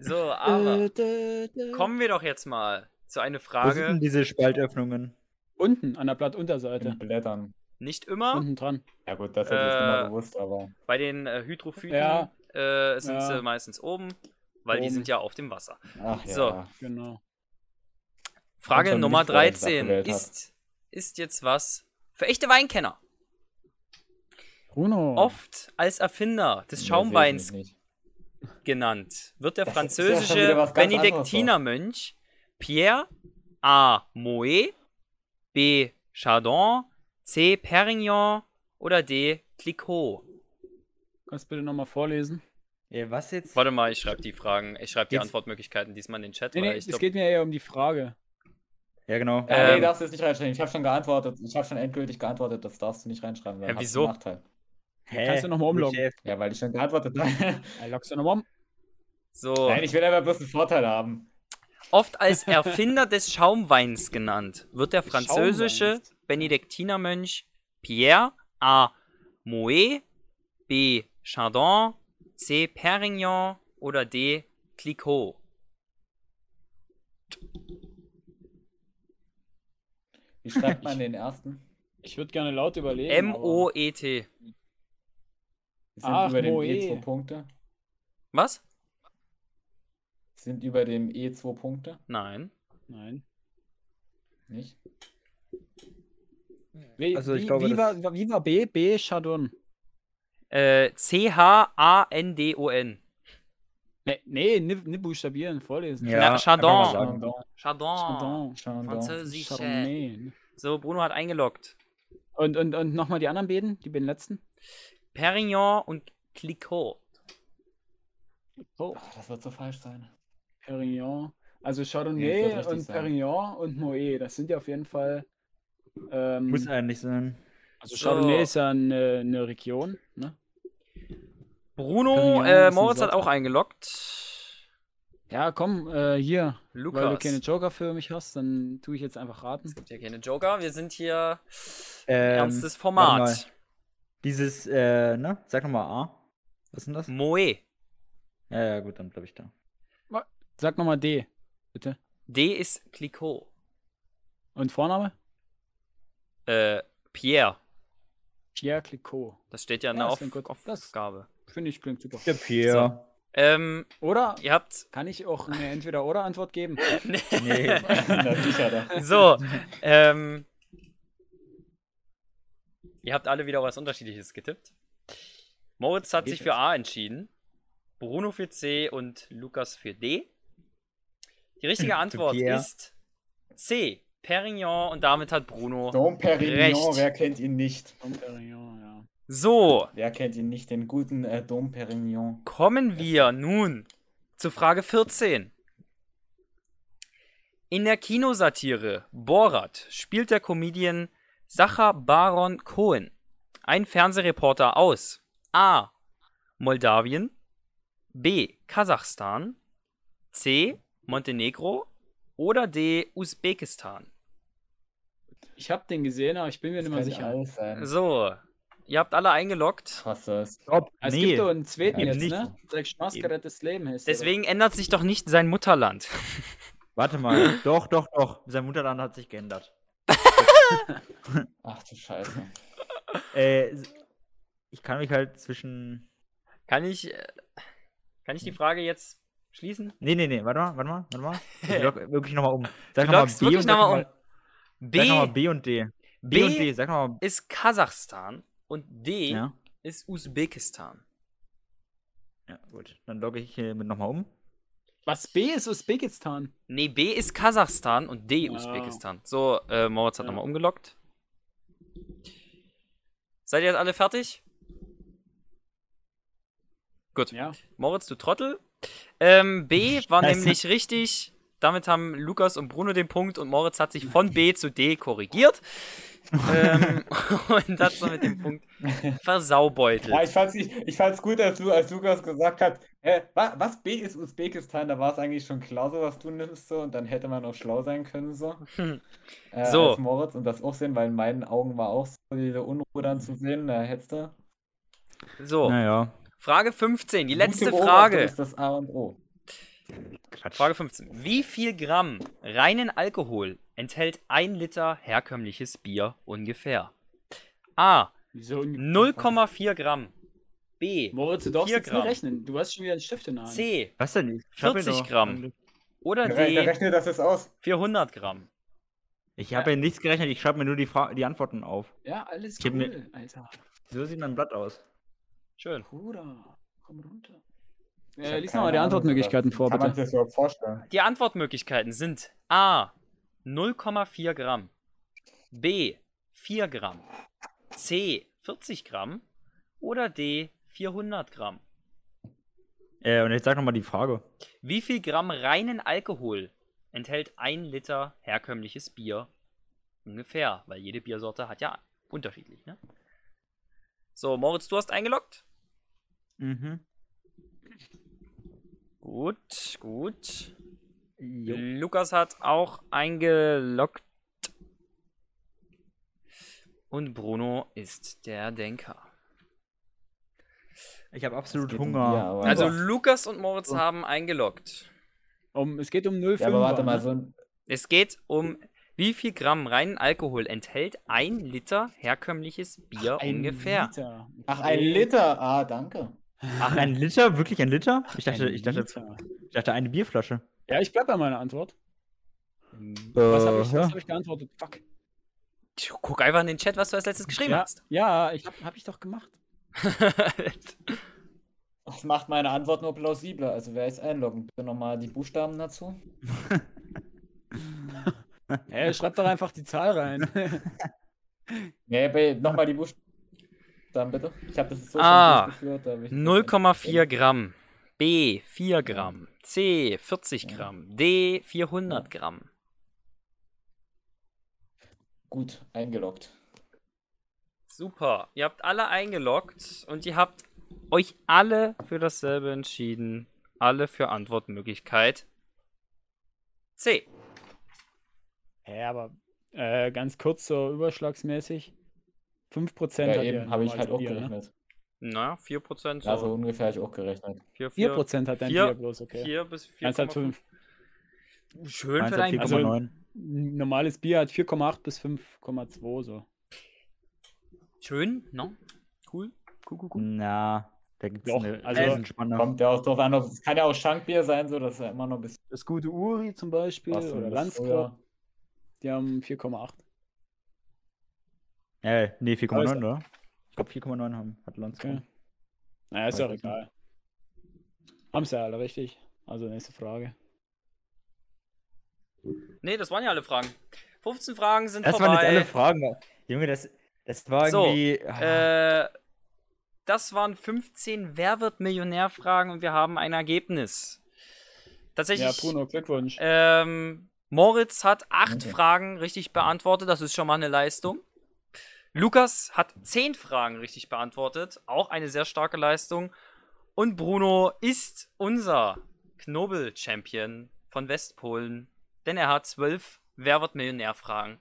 So, aber kommen wir doch jetzt mal zu einer Äh, Wo sind denn Frage. diese Spaltöffnungen? Unten, an der Mit Blattunterseite. Blättern. Nicht Mhm. immer. Unten dran. Ja gut, das hätte ich nicht Äh, mal gewusst, aber. Bei den äh, Hydrophyten Ja. äh, sind Ja. sie meistens oben, weil die Oben. sind ja auf dem Wasser. Ach so. ja. Genau. Frage schon Nummer Brief, weil ich das 13 abgewählt hab. ist, ist jetzt was für echte Weinkenner. Bruno. Oft als Erfinder des Nee, Schaumweins sehe ich nicht. genannt wird der Das ist ja schon wieder französische was ganz Benediktinermönch Pierre A. Moët, B. Chardon, C. Perignon oder D. Clicquot. Kannst du bitte nochmal vorlesen? Ja, was jetzt? Warte mal, ich schreibe die Fragen, ich schreibe die Jetzt- Antwortmöglichkeiten diesmal in den Chat. Nee, nee, weil ich es glaub, geht mir eher um die Frage. Ja, genau. Ja, nee, Ähm. darfst du jetzt nicht reinschreiben. Ich habe schon geantwortet. Ich habe schon endgültig geantwortet. Das darfst du nicht reinschreiben. dann Hä, hast du wieso? einen Nachteil. Hä? kannst du noch mal umloggen. Chef. Ja, weil ich schon geantwortet habe. Ja, Lockst du nochmal um? So. Nein, ich will einfach bloß einen Vorteil haben. Oft als Erfinder des Schaumweins genannt, wird der französische Schaumweins. Benediktinermönch Pierre A. Moet, B. Chardon, C. Perignon oder D. Clicquot. Wie schreibt man den ersten? Ich würde gerne laut überlegen. aber- M-O-E-T. Sind Ach, über dem Moe. E2 Punkte? Was? Sind über dem E2 Punkte? Nein. Nein. Nicht? Wie, Also, ich wie, glaube, wie, das- war, wie war B? B. Chardon. Äh, C-H-A-N-D-O-N. Nee, nee nicht, nicht buchstabieren, vorlesen. Ja, Na, Chardon. kann man sagen. Chardon. Chardon. Chardon. Schauen wir mal. Französisch. Chardonnay. So, Bruno hat eingeloggt. Und, und, und nochmal die anderen beiden, die beiden letzten. Perignon und Clicquot. Oh, Ach, das wird so falsch sein. Perignon. Also Ja, das Chardonnay wird richtig und sein. Perignon und Moët, das sind ja auf jeden Fall. Ähm, Muss eigentlich sein. also So. Chardonnay ist ja eine, eine Region. Ne? Bruno, Perignon ist äh, eine Moritz hat Sorte. auch eingeloggt. Ja, komm, äh, hier. Lukas. Weil du keine Joker für mich hast, dann tue ich jetzt einfach raten. Gibt ja keine Joker, wir sind hier Ähm, ernstes warte Format. Dieses, äh, ne? Sag nochmal A. Was ist denn das? Moe. Ja, ja, gut, dann bleib ich da. Sag nochmal D, bitte. D ist Clicquot. Und Vorname? Äh, Pierre. Pierre Clicot. Das steht ja in Ja, der das Auf klingt gut. Das- Aufgabe. Finde ich klingt super. Der Pierre. Ähm, Oder ihr habt. kann ich auch eine Entweder-Oder-Antwort geben? Nee. Na sicher doch. So. ähm, ihr habt alle wieder was Unterschiedliches getippt. Moritz hat Geht sich jetzt. für A entschieden. Bruno für C und Lukas für D. Die richtige Antwort Pierre. ist C. Perignon und damit hat Bruno Dom Perignon, Recht. wer kennt ihn nicht? Dom Perignon, ja. So, Wer kennt ihn nicht, den guten äh, Dom Perignon? kommen wir nun zu Frage 14. In der Kinosatire Borat spielt der Comedian Sacha Baron Cohen ein Fernsehreporter aus A. Moldawien B. Kasachstan C. Montenegro oder D. Usbekistan. Ich habe den gesehen, aber ich bin mir Das nicht mehr kann sicher. alles sein. So, ihr habt alle eingeloggt. Krass ist. Ob, Es gibt doch einen zweiten eben jetzt, nicht. ne? Sechs Maskerettes Leben heißt der Deswegen ändert sich doch nicht sein Mutterland. Warte mal. Doch, doch, doch. Sein Mutterland hat sich geändert. Ach du Scheiße. Äh, ich kann mich halt zwischen. Kann ich, äh, kann ich die Frage jetzt schließen? Nee, nee, nee. Warte mal, warte mal, warte mal. Ich log wirklich nochmal um. Sag Du noch mal lockst wirklich und nochmal sag noch um. mal- Sag noch mal B, B und D. B, B- und D. Sag nochmal. ist Kasachstan und D Ja. ist Usbekistan. ja, gut. Dann logge ich hiermit nochmal um. doch. Was B ist Usbekistan? Nee, B ist Kasachstan und D Ah. Usbekistan. So, äh, Moritz hat Ja. nochmal umgelockt. Seid ihr jetzt alle fertig? Gut. Ja. Moritz, du Trottel. Ähm, B war Scheiße. nämlich richtig. Damit haben Lukas und Bruno den Punkt und Moritz hat sich von B zu D korrigiert. ähm, und hat damit den Punkt versaubeutelt. Ja, ich fand's, nicht, ich fand's gut, als, Lu, als Lukas gesagt hat, äh, wa, was B ist Usbekistan, da war es eigentlich schon klar, so was du nimmst so und dann hätte man auch schlau sein können so. Hm. Äh, So. Als Moritz und das auch sehen, weil in meinen Augen war auch so diese Unruhe dann zu sehen, da hättest du. So, Naja. Frage 15, die letzte Gute Beobachtung Frage. Ist das A und O. Quatsch. Frage 15. Wie viel Gramm reinen Alkohol enthält ein Liter herkömmliches Bier ungefähr? A. Wieso? ungefähr? 0,4 Gramm. B. Moritz, du darfst Vier jetzt nicht Gramm. rechnen. Du hast schon wieder einen Stift in der Hand. C. Was denn? Ich hab hier 40 doch- Gramm. Oder Re D. rechne das jetzt aus. Äh, 400 Gramm. Ich habe ja nichts gerechnet. Ich schreibe mir nur die, Fra die Antworten auf. Ja, alles Ich hab cool, ne- Alter. So sieht mein Blatt aus. Schön. Bruder, komm runter. Ich Äh, hab lies keine nochmal die Ahnung, Antwortmöglichkeiten Lukas. vor, Kann man sich bitte. das überhaupt vorstellen? Die Antwortmöglichkeiten sind A. 0,4 Gramm. B. 4 Gramm. C. 40 Gramm. Oder D. 400 Gramm. Äh, und jetzt sag nochmal die Frage. Wie viel Gramm reinen Alkohol enthält ein Liter herkömmliches Bier ungefähr, weil jede Biersorte hat ja unterschiedlich. Ne? So, Moritz, du hast eingeloggt. Mhm. Gut, gut. Jo. Lukas hat auch eingeloggt. Und Bruno ist der Denker. Ich habe absolut geht um Bier, Hunger. aber- Also Boah. Lukas und Moritz haben eingeloggt. Um, es geht um 0,5. Ja, aber warte mal, so ein. Es geht um wie viel Gramm reinen Alkohol enthält ein Liter herkömmliches Bier ungefähr. Liter. Ach, ein Liter. Ah, danke. Ach, ein Liter? Wirklich ein Liter? Ich dachte, Ein ich dachte, Liter. ich dachte eine Bierflasche. Ja, ich bleib bei meiner Antwort. Was Was habe ich, was Äh, ja. hab ich geantwortet? Fuck. Tch, Guck einfach in den Chat, was du als letztes geschrieben Ja, hast. ja ich hab, hab ich doch gemacht. Das macht meine Antwort nur plausibler. Also wer jetzt einloggen? Bitte nochmal die Buchstaben dazu. Hey, schreib doch einfach die Zahl rein. Nee, nochmal die Buchstaben bitte. Ich habe das so Ah, durchgeführt. da hab ich- 0,4 Gramm. B 4 Gramm. C 40 Gramm. D 400 Gramm. Gut, eingeloggt. Super. Ihr habt alle eingeloggt und ihr habt euch alle für dasselbe entschieden. Alle für Antwortmöglichkeit C. Hä, aber äh, ganz kurz so überschlagsmäßig. 5% Ja, hat eben, ja habe ich normales halt auch Bier, ne? gerechnet. Na, 4% so. Also ungefähr habe ich auch gerechnet. 4, 4, 4% hat dein Vier- Bier bloß, okay. 4 bis 4,5. 1,5. Schön Meins für hat dein Also- 4,9. Ein Normales Bier hat 4,8 bis 5,2 so. Schön, ne? Cool. Cool, cool, cool. Na, da gibt es Doch, eine also- Eisenspanne. Kommt ja auch drauf an, ob- es kann ja auch Schankbier sein, so dass er immer noch ein bisschen Das gute Uri zum Beispiel was Oh oder ist, Landskog, oder? die haben 4,8. Äh, nee, 4,9, Also- oder? Ich glaube 4,9 haben hat Lanskron. Okay. Naja, ist ja auch Weiß ich egal. Haben sie ja alle richtig. Also nächste Frage. Nee, das waren ja alle Fragen. 15 Fragen sind Das waren jetzt vorbei. alle Fragen. Junge, das, das war So, irgendwie. ah, äh, das waren 15 Wer wird Millionär-Fragen und wir haben ein Ergebnis. Tatsächlich. Ja, Bruno, Glückwunsch. Ähm, Moritz hat acht Danke. Fragen richtig beantwortet, das ist schon mal eine Leistung. Lukas hat zehn Fragen richtig beantwortet, auch eine sehr starke Leistung. Und Bruno ist unser Knobel-Champion von Westpolen, denn er hat zwölf Wer wird Millionär-Fragen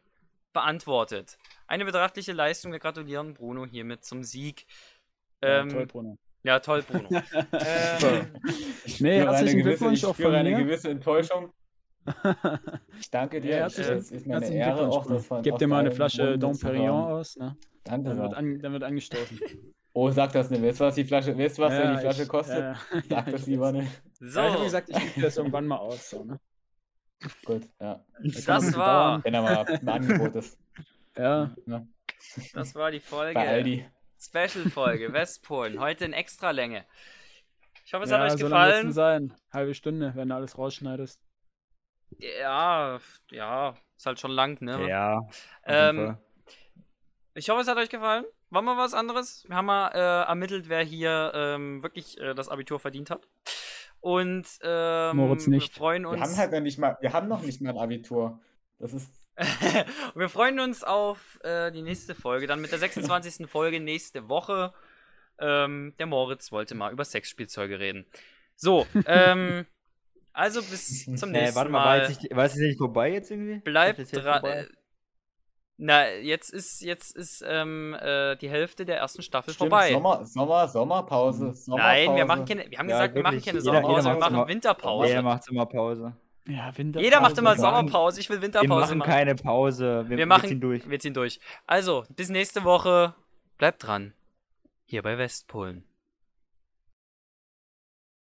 beantwortet. Eine betrachtliche Leistung, wir gratulieren Bruno hiermit zum Sieg. Ja, Ähm, toll, Bruno. ja, toll, Bruno. ähm, Nee, Ich spüre eine herzlichen gewisse- Glückwunsch ich auch von spüre eine mir. gewisse Enttäuschung. Ich danke dir. Ja, Ja, herzlichen- es ist mir eine herzlichen Ehre. Glückwunsch, Auch, Bruno. das von Gib dir mal eine Australien Flasche gewonnen Dom zu haben. Perignon aus, ne? Danke. Dann wird, sehr. an, dann wird angestoßen. Oh, sag das nicht. Weißt du, was die Flasche, weißt du, was denn die Flasche kostet? Sag das lieber nicht. so, So. ich habe gesagt, ich gebe das irgendwann mal aus. So, ne? Gut, ja. das war, Wenn er mal ein Angebot ist. Ja, Ja, das war die Folge. bei Aldi. Special-Folge Westpolen, heute in Extralänge. Ich hoffe, es ja, hat euch so lange wird's denn gefallen. sein. Halbe Stunde, wenn du alles rausschneidest. Ja, ja, ist halt schon lang, ne? ah, ja. auf ähm, jeden Fall. ich hoffe, es hat euch gefallen. War mal was anderes. Wir haben mal äh, ermittelt, wer hier ähm, wirklich äh, das Abitur verdient hat. Und ähm, Moritz nicht. wir freuen Wir uns. haben halt noch nicht mal, wir haben noch nicht mal ein Abitur. Das ist wir freuen uns auf äh, die nächste Folge, dann mit der 26. Folge nächste Woche. Ähm, der Moritz wollte mal über Sexspielzeuge reden. So, ähm, also bis zum nächsten Äh, warte mal, Mal. War, jetzt nicht, war es jetzt nicht vorbei jetzt irgendwie? Ist Bleibt das jetzt dran. vorbei? Äh, na, jetzt ist jetzt ist ähm, äh, die Hälfte der ersten Staffel Stimmt, vorbei. Sommer, Sommer, Sommerpause. Sommerpause. Nein, wir machen keine. Wir haben Ja, gesagt, wir machen wirklich. keine Jeder- Sommerpause, jeder wir macht machen immer- Winterpause. Jeder macht immer Pause. Ja, Winterpause. Jeder macht immer wir machen- Sommerpause. Ich will Wir Winterpause machen machen. keine Pause. Wir, Wir machen- ziehen durch. Wir ziehen durch. Also, bis nächste Woche. Bleibt dran. Hier bei Westpolen.